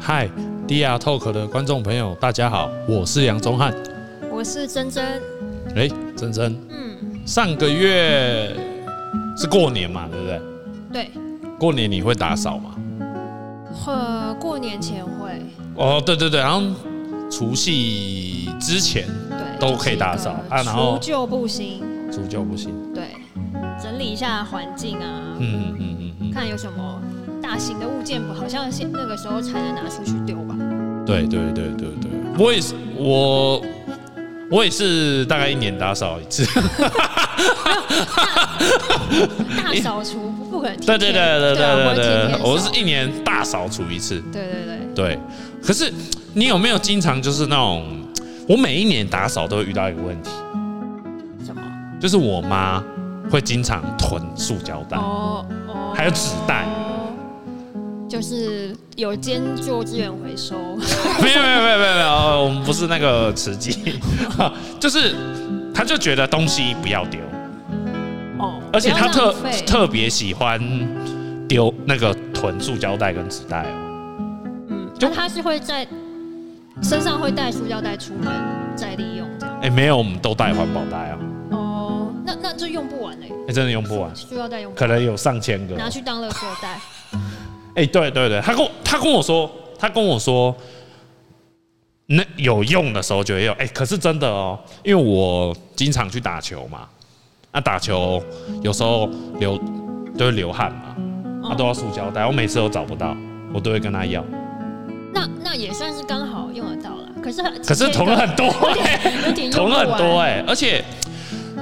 嗨，DR Talk 的观众朋友，大家好，我是杨宗翰。我是珍珍，哎，珍珍，嗯，上个月是过年嘛，对不对？对，过年你会打扫吗？呃，过年前会，哦，对对对，然后除夕之前对，都可以打扫啊然后除旧布新，除旧不行。对，整理一下环境啊，嗯嗯嗯嗯看有什么大型的物件，好像现那个时候才能拿出去丢 吧。嗯，对对对对对，我也是我。我也是大概一年打扫一次， 大扫除不不可能对天天，对对对啊对不会对对天天，我扫是一年大扫除一次，对对对，对，可是你有没有经常就是那种，我每一年打扫都会遇到一个问题，什么？就是我妈会经常囤塑胶袋，哦哦，还有纸袋。就是有间做资源回收，没有没有没有没有没有，哦我们不是那个慈济， 就是她就觉得东西不要丢，哦，而且不要她特浪费特别喜欢丢那个囤塑胶袋跟纸袋哦。嗯，就就他是会在身上会带塑料袋出门再利用这样。哎，没有，我们都带环保袋哦，哦，那那就用不完嘞，哎，真的用不完，塑料袋用不可完，能有上千个哦。拿去当垃圾袋。哎、对对对，他跟我他跟我说，他跟我说，那有用的时候就会用。哎、可是真的哦，因为我经常去打球嘛，那、打球有时候流都会流汗嘛，那、哦都要塑胶袋，我每次都找不到，我都会跟他要。那那也算是刚好用得到了，可是可是囤了很多、哎 有点用囤不了完很多哎、而且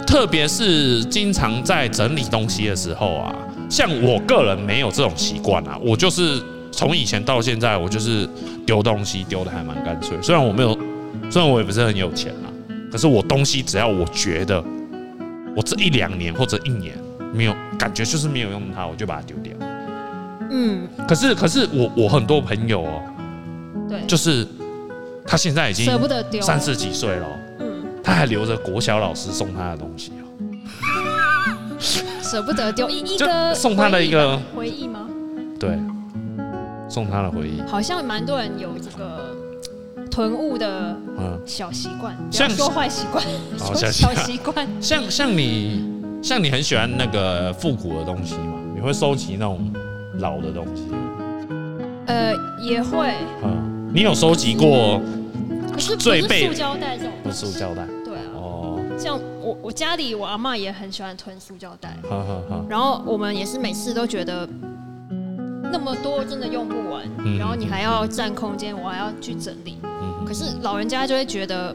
特别是经常在整理东西的时候啊，像我个人没有这种习惯啊，我就是从以前到现在，我就是丢东西丢的还蛮干脆。虽然我没有，虽然我也不是很有钱啊，可是我东西只要我觉得我这一两年或者一年没有感觉就是没有用它，我就把它丢掉。嗯，可是可是我我很多朋友哦，对，就是他现在已经舍不得丢，三十几岁了哦、嗯，他还留着国小老师送他的东西哦、舍不得丢，一一就个送他的一个回忆吗？对，嗯送他的回忆，好像蛮多人有这个囤物的嗯，小习惯，不要像说坏习惯，哦说小习小惯习惯，像像你，像你很喜欢那个复古的东西嘛，你会收集那种老的东西，呃，也会。嗯，你有收集过可是不最是被塑胶袋这种，不是塑胶袋？对啊，哦，像我我家里我阿嬷也很喜欢囤塑胶袋，哈哈哈，然后我们也是每次都觉得那么多真的用不完，嗯然后你还要占空间，我还要去整理。嗯可是老人家就会觉得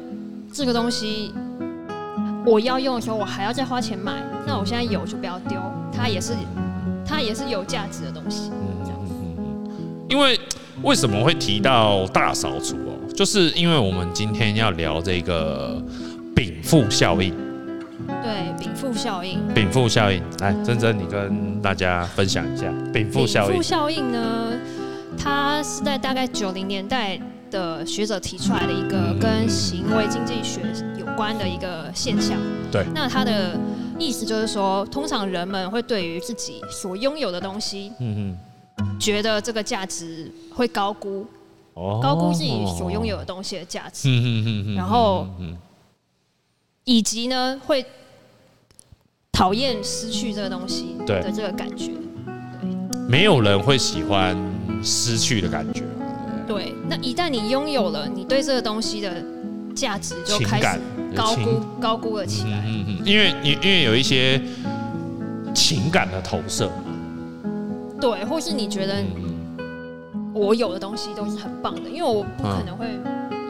这个东西我要用的时候，我还要再花钱买，那我现在有就不要丢，它也是它也是有价值的东西，嗯这样子。嗯嗯因为为什么会提到大扫除哦？就是因为我们今天要聊这个禀赋效应。对，禀赋效应。禀赋效应，来，珍珍，你跟大家分享一下禀赋效应禀赋。效应呢，它是在大概九零年代的学者提出来的一个嗯跟行为经济学有关的一个现象。对那它的意思就是说，通常人们会对于自己所拥有的东西，嗯嗯，觉得这个价值会高估，哦高估自己所拥有的东西的价值，嗯嗯嗯嗯，然后嗯嗯以及呢会讨厌失去这个东西对的这个感觉。嗯没有人会喜欢失去的感觉啊，对，那一旦你拥有了，你对这个东西的价值对就不对情开感始高情估高估了起来。嗯嗯嗯，因为你因为有一些情感的投射嘛，对，或是你觉得嗯，我有的东西都是很棒的，因为我不嗯可能会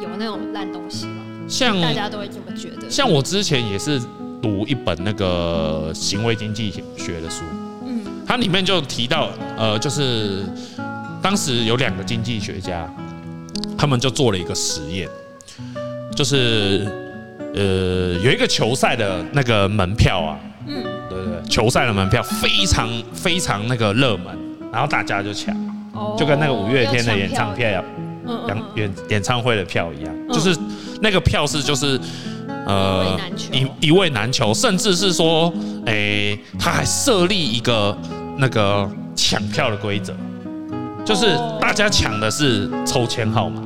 有那种烂东西嘛，嗯像大家都会这么觉得。像我之前也是读一本那个行为经济学的书，嗯，它里面就提到，呃，就是当时有两个经济学家，他们就做了一个实验，就是呃有一个球赛的那个门票啊，嗯嗯，对对对，球赛的门票非常非常那个热门，然后大家就抢，哦就跟那个五月天的演唱，票、要抢票演嗯嗯演演唱会的票一样，嗯就是那个票是就是嗯，呃为。难求。一一位难求，甚至是说，诶、他还设立一个那个抢票的规则，就是哦大家抢的是抽签号码，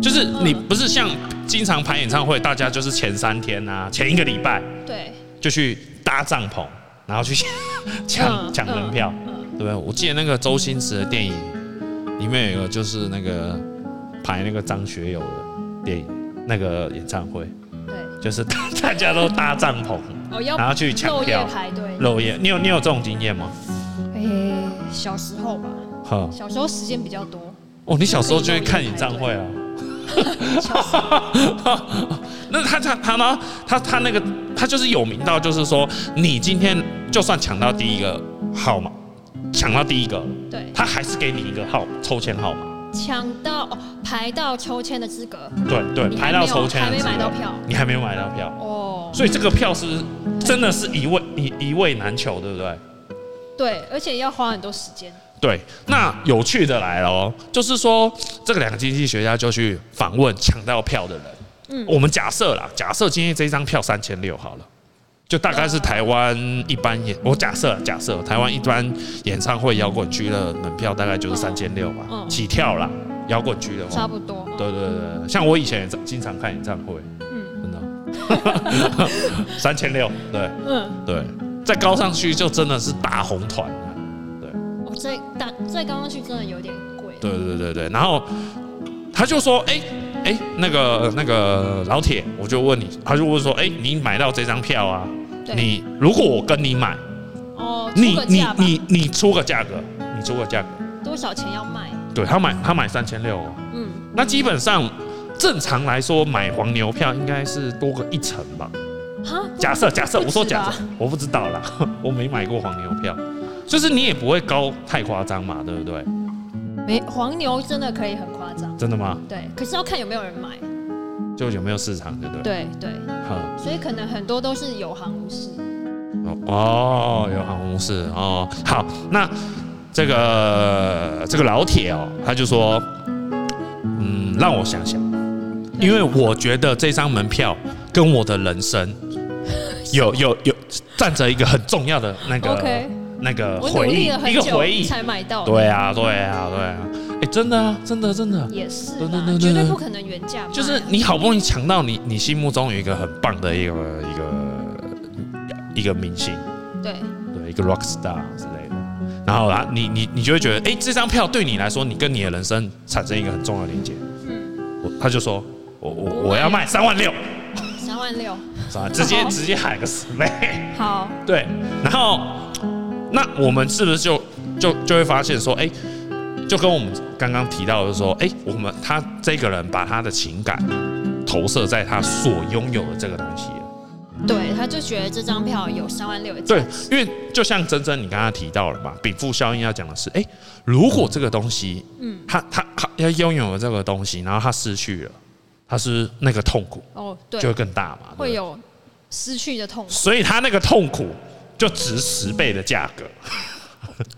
就是嗯你不是像经常排演唱会，大家就是前三天啊，前一个礼拜对，就去搭帐篷，然后去抢嗯 抢门票，对不对？我记得那个周星驰的电影里面有一个就是那个排那个张学友的电影那个演唱会，对，就是大大家都搭帐篷，哦要然后去抢漏夜票。排队，漏夜，你有你有这种经验吗？诶，小时候吧，呵，小时候时间比较多，哦，你小时候就会看演唱会啊？ 小时候那他他他呢？他他那个他就是有名到，就是说你今天就算抢到第一个号码，抢到第一个，对他还是给你一个号抽签号码。抢到哦排到抽签的资格，对对，你还排没有到抽签还的没时候买到票你还没有买到票，哦，所以这个票是真的是一位一一位难求，对不对？对，而且要花很多时间，对，那有趣的来了哦，就是说这个两个经济学家就去访问抢到票的人。嗯，我们假设啦，假设今天这张票三千六好了，就大概是台湾一般演，我假设假设台湾一般演唱会摇滚区的门票大概就是三千六吧，嗯起跳啦，摇滚区的差话，不多，对对对对，像我以前也经常看演唱会，嗯，真的，三千六，对嗯，对，再高上去就真的是大红团了。我最哦大最刚刚去真的有点贵，对对对对，然后他就说，哎、哎、那个那个老铁，我就问你，他就问说，哎、你买到这张票啊？对你如果我跟你买，哦，出你个你价吧，你你出个价格，你出个价格，多少钱要卖？对他买他买三千六，哦嗯，那基本上正常来说买黄牛票应该是多个一成吧。哈，不假设假设，不我说止假吧设，我不知道啦， 我没买过黄牛票，就是你也不会高太夸张嘛，对不对？没黄牛真的可以很夸张，真的吗？对，可是要看有没有人买，就有没有市场，对不对？对对，好所以可能很多都是有行无市，哦，有航空公司哦。好，那这个这个老铁哦，他就说，嗯，让我想想，因为我觉得这张门票跟我的人生有有有站着一个很重要的那个 OK 那个我努呃回忆力了，很一个久回忆。才买到，对啊，对啊，对啊，哎，真的啊，真的真的。也是对对啦对，对绝对对不可能原价卖啊，就是你好不容易抢到你，你心目中有一个很棒的一个一个一个明星，对对，一个 rock star 之类的。然后啦，你你你就会觉得，哎、这张票对你来说，你跟你的人生产生一个很重要的连接。我他就说，我我我要卖三万六，三万六，是吧？直接好直接喊个十倍。好，对，然后那我们是不是就就就会发现说，哎、就跟我们刚刚提到的说，哎、我们他这个人把他的情感投射在他所拥有的这个东西了。对，他就觉得这张票有三万六的价对值，，因为就像珍珍你刚刚提到了嘛，禀赋效应要讲的是，哎、如果这个东西，嗯，他他他要拥有了这个东西，然后他失去了，他是那个痛苦哦，就会对，更大嘛，对不对会，有失去的痛苦，所以他那个痛苦就值十倍的价格。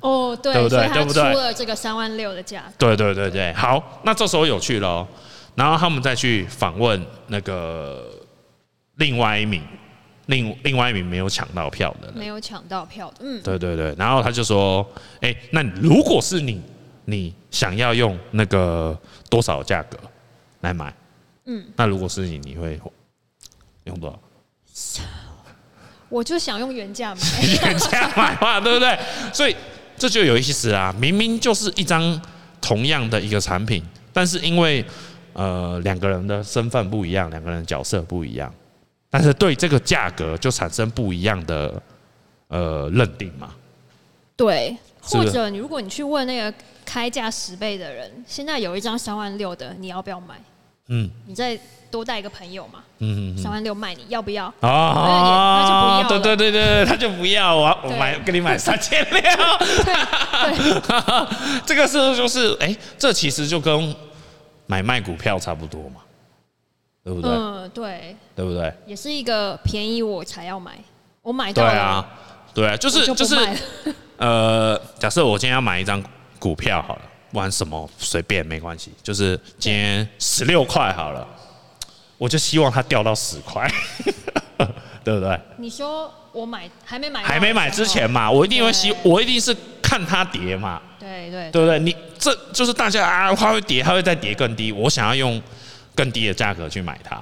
哦，对对不对所以他对不出对了这个三万六的价，对对对对，好，那这时候有趣了哦，然后他们再去访问那个另外一名，另另外一名没有抢到票的人。没有抢到票的，嗯，对对对，然后他就说：“哎、那如果是你，你想要用那个多少价格来买？嗯，那如果是你，你会用多少？我就想用原价买，原价买嘛，对不对？所以这就有意思啦。明明就是一张同样的一个产品，但是因为呃两个人的身份不一样，两个人的角色不一样，但是对这个价格就产生不一样的呃认定嘛。 对，是不 或是者你如果你去问那个开价十倍的人，现在有一张三万六的，你要不要买？嗯你再多带一个朋友嘛，嗯嗯嗯。”三万六卖你要不要？哦，那就不要了对对对对，他就不要我，我对买给你买三千六，这个是不是就是哎、这其实就跟买卖股票差不多嘛，对不对？嗯，对，对不对？也是一个便宜我才要买，我买到对了，啊，对啊，就我是就就不是卖了呃，假设我今天要买一张股票好了，玩什么随便没关系，就是今天十六块好了，我就希望它掉到十块， 对不对？啊你说我买还没买到的时候，还没买之前嘛，我一定会希，我一定是看它跌嘛，对对对不对？你这就是大家啊，它会跌，它会再跌更低，我想要用更低的价格去买它，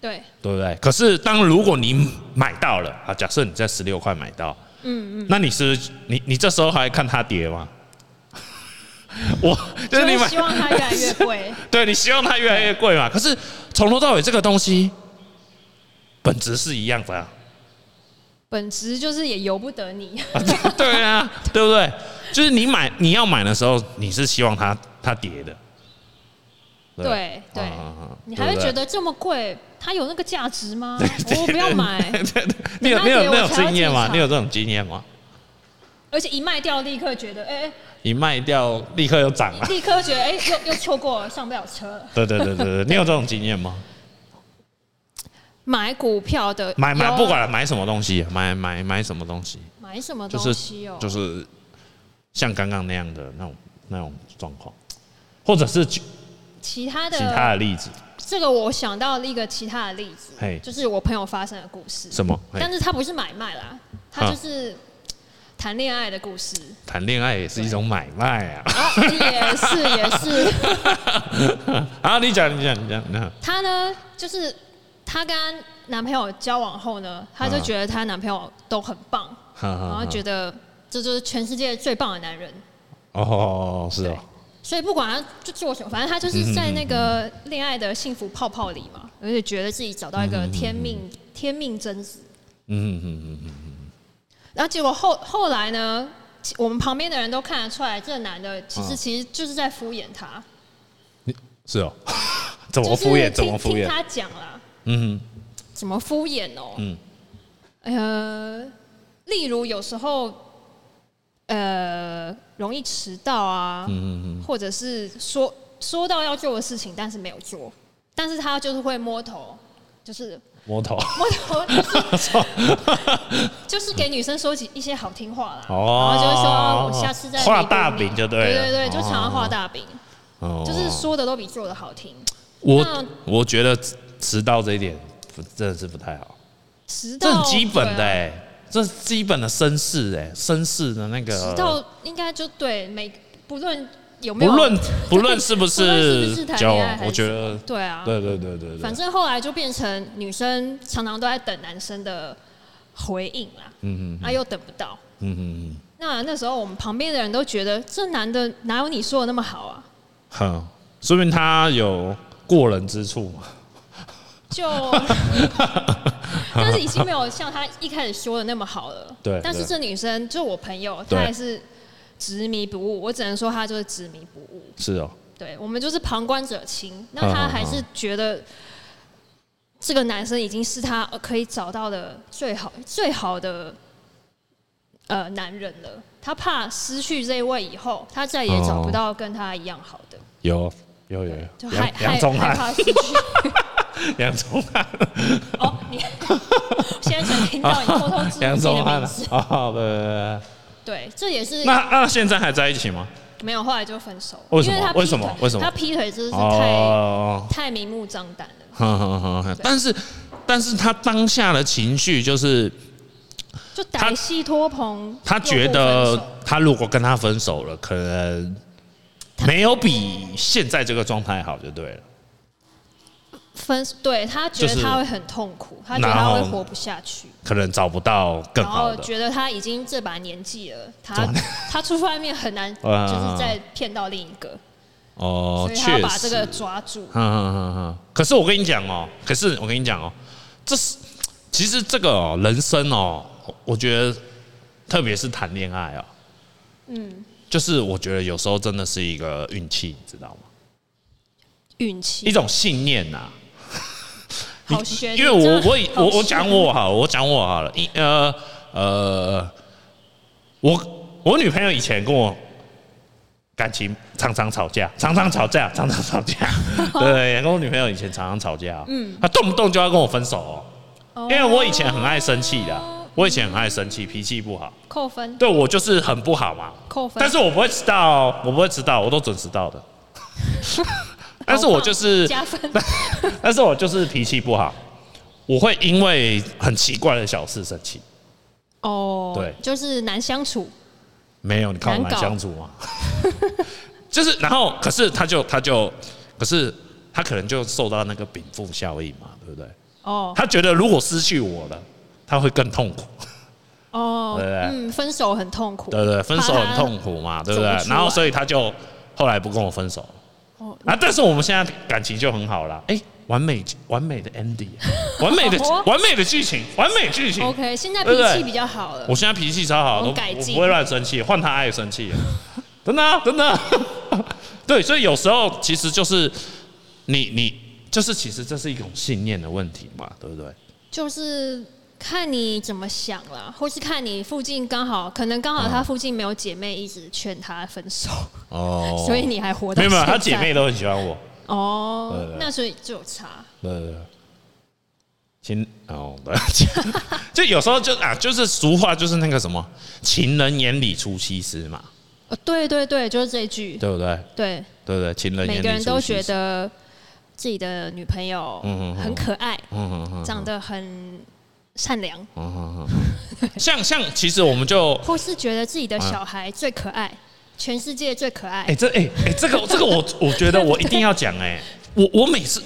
对，对不对？可是当如果你买到了啊，假设你在十六块买到，嗯嗯，那你是你你这时候还看它跌吗？ 我就就是你买是希望它越来越贵。 对你希望它越来越贵嘛。可是从头到尾这个东西本质是一样的啊， 本质就是也由不得你，啊对对啊，对不对？就是你买你要买的时候，你是希望它它跌的，不对对啊啊啊你还会对不对觉得这么贵，它有那个价值吗？我不要 买，你有你等它有跌你我有才要经验进吗？场你有这种经验吗？而且一卖掉立刻觉得，哎、你卖掉立刻又涨了，立刻觉得，哎、又又错过了，上不了车了。 对对对对对，你有这种经验吗？买股票的买买有啊不管了买什么东西，啊买买买什么东西，买什么就东西是哦、就是像刚刚那样的那种那种状况，或者是其其他的其他的例子，这个我想到了一个其他的例子嘿，就是我朋友发生的故事，什么？嘿但是他不是买卖啦，他啊就是谈恋爱的故事，谈恋爱也是一种买卖啊！ 啊，也是也是，啊，你讲，你讲，你讲，那她呢就是她跟她男朋友交往后呢，她就啊觉得她男朋友都很棒，然然后觉得这就是全世界最棒的男人，哦，是哦，所以不管他就做什么，反正他就是在那个恋爱的幸福泡泡里嘛，而且觉得自己找到一个天命天命真子。嗯嗯嗯然后结果后后来呢，其我们旁边的人都看得出来，这个男的其实嗯其实就是在敷衍他，是哦， 怎就么是敷衍？怎听么敷听衍？他讲啦，嗯，怎么敷衍哦、嗯呃，例如有时候呃容易迟到啊，嗯或者是说说到要做的事情，但是没有做，但是他就是会摸头，就是摸头 摸头， 就是给女生说起一些好听话啦，哦然后就会说、啊我下次再画弥补大你饼就对对了对对，就常常画大饼，哦就是说的都比做的好听。我那我觉得迟到这一点不真的是不太好，迟这到很基本的对啊哎，这是基本的绅士哎，绅士的那个迟到应该就对每不论有没不有 论不论是不不论是是不是谈交恋爱往，还我是觉得对啊，对对对对反对，正后来就变成女生常常都在等男生的回应啦，嗯嗯，啊又等不到。嗯嗯嗯，那那时候我们旁边的人都觉得这男的哪有你说的那么好啊？哼，说明他有过人之处嘛。就，但是已经没有像他一开始说的那么好了。 对但是对这女生就我朋友，她对还是执迷不悟。我只能说她就是执迷不悟。是哦，对我们就是旁观者清，那好好她好还是觉得这个男生已经是她呃可以找到的最好最好的呃男人了。她怕失去这一位以后，她再也找不到跟他一样好的，有有有有，就害杨害杨宗害汉，怕失去。杨宗汉，哦，你 现在才听到你偷偷知杨道自己宗的汉名啊字，，哦对对对对，这也是对，那那现在还在一起吗？没有，后来就分手了。为什么因他劈为什么腿为什么他劈腿真的是太哦，太明目张胆了，哼哼哼哼，但是但是他当下的情绪就是就他歹戏拖棚。他觉又得不分手他如果跟他分手了，可能没有比现在这个状态好就对了。分手，对他觉就得是他会很痛苦，他觉得然他后会活不下去，可能找不到更然好后的，哦觉得他已经这把年纪了，他他出去外面很难， 啊就是再骗到另一个，哦所，以他确要把这实，个抓住。嗯嗯嗯嗯。可是我跟你讲哦，可是我跟你讲哦，这是其实这个哦，人生哦，我觉得特别是谈恋爱哦，嗯，就是我觉得有时候真的是一个运气，你知道吗？运一气种信念啊呐、好悬，因为我真的我以我好我悬讲我好了，我讲我好了，一呃呃，我我女朋友以前跟我感情常常吵架，常常吵架，常常吵架，对，跟我女朋友以前常常吵架，嗯，她动不动就要跟我分手、哦，因为我以前很爱生气的，我以前很爱生气，脾气不好，扣分，对我就是很不好嘛，扣分。但是我不会迟到哦，我不会迟到，我都准时到的，但是我就是加分，但是我就是脾气不好，我会因为很奇怪的小事生气。哦， 对就是难相处，没有，你看我难难搞相处吗？啊 就是，然后可是他就他就，可是他可能就受到那个禀赋效应嘛，对不对？哦他觉得如果失去我了，他会更痛苦，哦，对不对嗯，分手很痛苦，对不对？分手怕很他痛苦嘛，对不走对不？出然后来所以他就后来不跟我分手哦啊，但是我们现在感情就很好了，哎，完美完美的 ending，完美的好啊完美的剧情，完美剧情。 OK，现在脾对不对气比较好了我。现在脾气超好，我都改我进不会乱生气，换他爱生气了，真的啊、真的啊、 对，所以有时候其实就是你你就是其实这是一种信念的问题嘛，对不对？就是看你怎么想啦，或是看你附近刚好，可能刚好他附近没有姐妹一直劝他分手，哦所以你还活到没有没有，现在他姐妹都很喜欢我，哦，对对那所以就有差对对对，情哦对， 就有时候就啊，就是俗话就是那个什么，情人眼里出西施嘛，哦，对对对，就是这一句，对不对？对，对不对？情人眼里每出西施个人都觉，得自己的女朋友很可爱，嗯嗯嗯长得很善良，嗯嗯嗯，像像其实我们就。或是觉得自己的小孩最可爱，全世界最可爱哎、，这哎哎、这个这个我我觉得我一定要讲哎、我我每次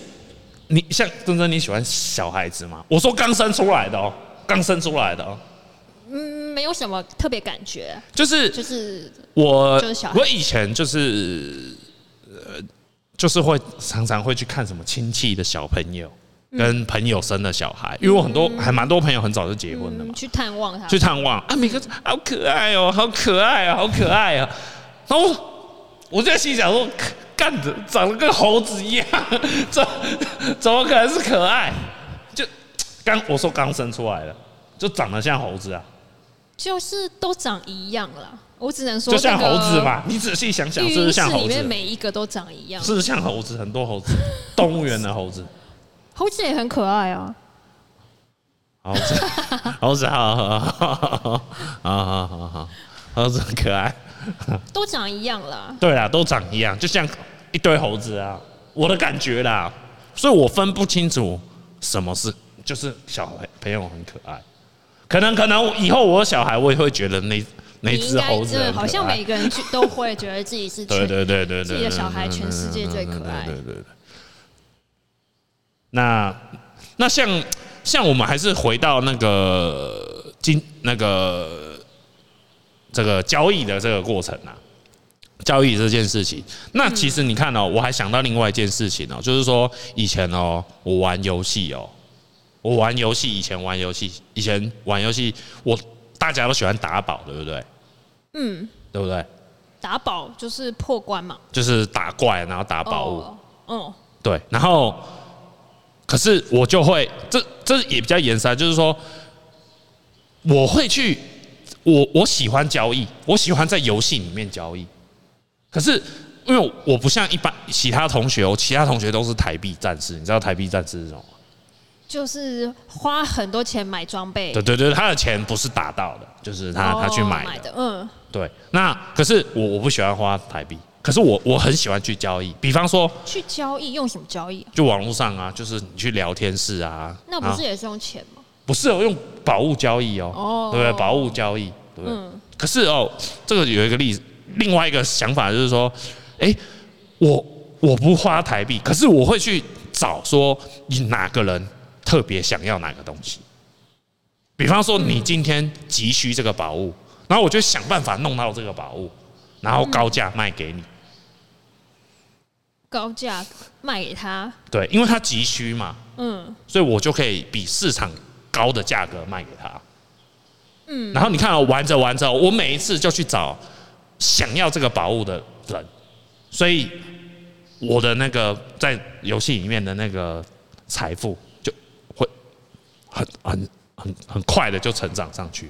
你像真真你喜欢小孩子吗？我说刚生出来的哦、刚生出来的哦、嗯，没有什么特别感觉，就是就是我就是小孩我以前就是呃就是会常常会去看什么亲戚的小朋友嗯跟朋友生的小孩，因为我很多还蛮多朋友很早就结婚了嘛嗯，，去探望他去，探望啊，每个好可爱哦、好可爱啊，好可爱啊。然后我就在心里想说，干的长得跟猴子一样，这怎么可能是可爱？就刚我说刚生出来的，就长得像猴子啊，就是都长一样啦。我只能说，就像猴子。嘛。你仔细想想，育是不婴是室像里猴面子？每一个都长一样，是不是像猴子？很多猴子，动物园的猴子，猴子也很可爱啊。猴子，猴子，好好好好好好好，猴子很可爱。都长一样啦。对啦，都长一样，就像一堆猴子啊，我的感觉啦，所以我分不清楚什么是就是小孩朋友很可爱，可能可能以后我有小孩我也会觉得那那你应只该猴子真的很可爱好像每个人去都会觉得自 己是对全对对对对，自己的小孩对全世界最可爱对对对对对。那那像像我们还是回到那个经那个这个交易的这个过程啊，交易这件事情。那其嗯实你看哦，我还想到另外一件事情哦，就是说以前哦，我玩游戏哦，我玩游戏以前玩游戏，以前玩游戏我大家都喜欢打宝，对不对？嗯对不对？打宝就是破关嘛。就是打怪然后打宝物。哦，嗯，对，然后可是我就会，这这也比较严三，就是说我会去，我我喜欢交易，我喜欢在游戏里面交易。可是因为我不像一般其他同学，我其他同学都是台币战士，你知道台币战士是什么吗？就是花很多钱买装备对，对对，他的钱不是打到的，就是他、他去哦买买的。的，嗯，对，那可是我我不喜欢花台币，可是我我很喜欢去交易，比方说去交易用什么交易啊？就网络上啊，就是你去聊天室啊，那然不后是也是用钱吗？不是哦，用宝物交易哦，哦对不对？宝物交易，对不对？嗯可是哦，这个有一个例子，另外一个想法就是说，哎，我我不花台币，可是我会去找说你哪个人特别想要哪个东西。比方说，你今天急需这个宝物，然后我就想办法弄到这个宝物，然后高价卖给你。高价卖给他，对，因为他急需嘛，嗯，所以我就可以比市场高的价格卖给他。嗯，然后你看、哦，玩着玩着，我每一次就去找想要这个宝物的人，所以我的那个在游戏里面的那个财富就会很很很很快的就成长上去。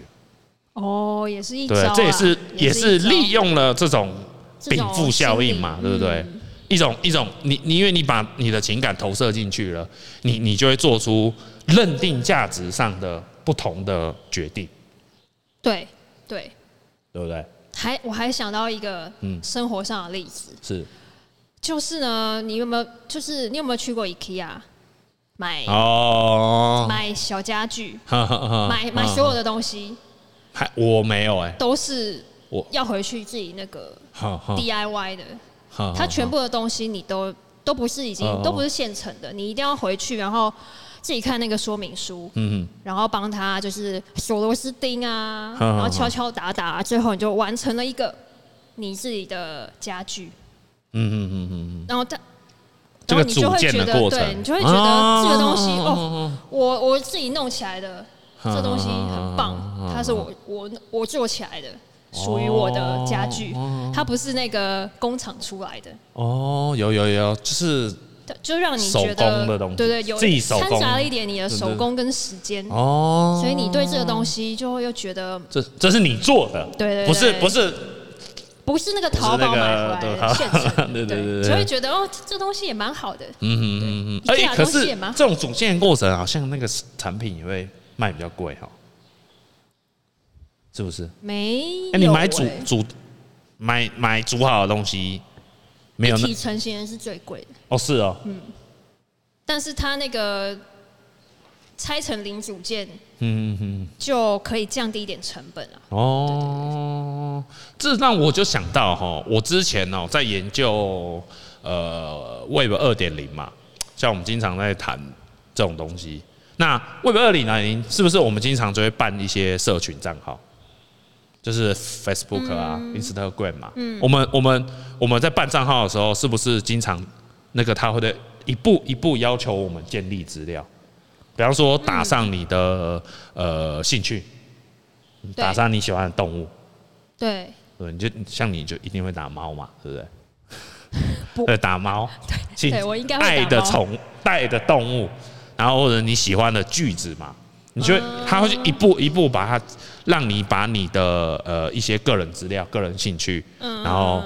哦，也是一招对啊，，这也是也是一招利用了这种这禀种赋效应嘛，心对理不对？嗯一种一种，你你因为你把你的情感投射进去了，你你就会做出认定价值上的不同的决定，对对，对不对？还我还想到一个嗯生活上的例子，是就是呢，你有没有就是你有没有去过 IKEA 买、哦，哎买小家具，买啊买买所有的东西还我没有哎、都是我啊要回去自己那个好好 DIY 的，好，它全部部的东西你都都不是已经哦哦都不是现成的，你一定要回去，然后自己看那个说明书，嗯然后帮他就是锁螺丝钉啊，嗯然后敲敲打打，最后你就完成了一个你自己的家具，嗯嗯嗯嗯，然后他。这然个后你组就会建觉的得，过程，啊对你就会觉得这个东西哦，哦，我我自己弄起来的，这东西很棒，它是哦我我我做起来的，属于我的家具哦哦，它不是那个工厂出来的，哦，有有有，就是它就让你觉手工得的东西对对，有自己手工掺杂了一点你的手工跟时间，哦，所以你对这个东西就会又觉得这这是你做的，对对对不是不是不是那个淘宝买回来的不是现那个成 对的，对对对就会觉得哦，这东西也蛮好的，嗯嗯嗯嗯，对哎， IKEA 可东是西也蛮好这种组建的过程好像那个产品也会卖比较贵哈，是不是？没有哎，你买组欸组买买组好的东西没有那提成型人是最贵的，哦是哦，嗯但是它那个拆成零组件嗯嗯嗯就可以降低一点成本啊。哦，这让我就想到哈，我之前哦在研究呃 Web 二点零嘛，像我们经常在谈这种东西。那 Web 二点零是不是我们经常就会办一些社群账号，就是 Facebook 啊、Instagram 嘛？我们我们我们在办账号的时候，是不是经常那个他会的一步一步要求我们建立资料？比方说打上你的、呃兴趣，对打上你喜欢的动物，对，对，你就像你就一定会打猫嘛，对不对？不对， 打猫，兴对我应该会打爱的猫宠爱的动物，然后或者你喜欢的句子嘛，你就会啊他会去一步一步把它，让你把你的呃一些个人资料、个人兴趣嗯然后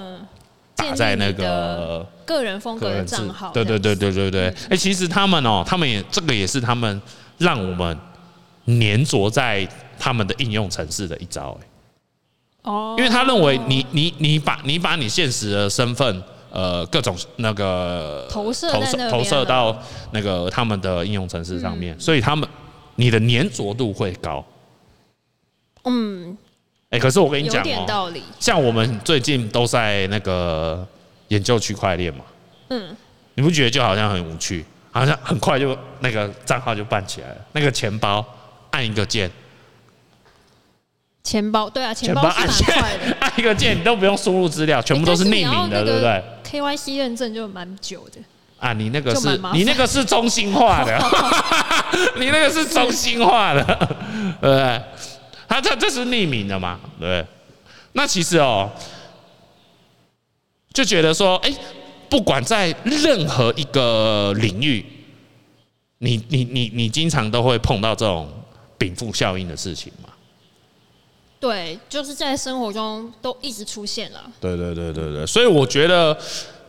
打建立在那你的个个人风格个的人字账号，对对这对样子，对嗯对对。哎、其实他们哦、他们也这个也是他们让我们粘着在他们的应用程式的一招、哎。哦因为他认为你你你把你把你现实的身份，呃，各种那个投射投在那射边投射了到那个他们的应用程式上面，所以他们你的粘着度会高。嗯，哎、可是我跟你有讲点哦、道理，像我们最近都在那个研究区块链嘛，嗯，你不觉得就好像很无趣，好像很快就那个账号就办起来了，那个钱包按一个键，钱包对啊，钱包是按蛮键快的， 按一个键，你都不用输入资料，全部都是匿名的，对不对？ ？KYC 认证就蛮久的，啊，你那个就蛮是麻烦你那个是中心化 的，你那个是中心化的，对不对？他这这是匿名的嘛，对不对？那其实哦，就觉得说，哎、不管在任何一个领域，你你你你经常都会碰到这种禀赋效应的事情嘛。对，就是在生活中都一直出现了。对对对对对，所以我觉得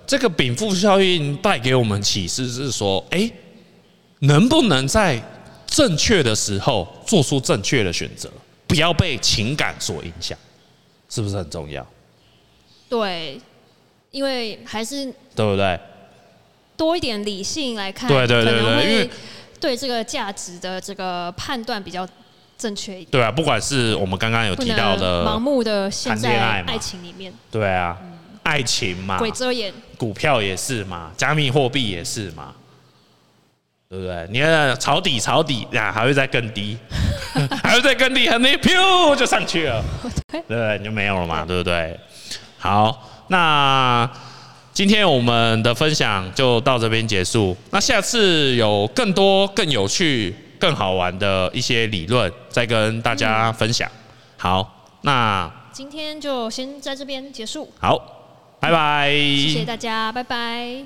这个禀赋效应带给我们启示是说，哎，能不能在正确的时候做出正确的选择，不要被情感所影响，是不是很重要？对，因为还是对不对？多一点理性来看，对对对可能对因为会对这个价值的这个判断比较正确一点，对啊，不管是我们刚刚有不提能到盲的，目的陷谈恋在爱嘛啊爱情里面，对啊，爱情嘛，鬼遮眼。股票也是嘛，加密货币也是嘛，对不对？你看抄底抄底啊，还会再更低， 还会再更低，很低，噗就上去了，对对不对？你就没有了嘛，对不对？好，那今天我们的分享就到这边结束。那下次有更多更有趣、更好玩的一些理论，再跟大家分享。好，那今天就先在这边结束，好，拜拜，谢谢大家，拜拜。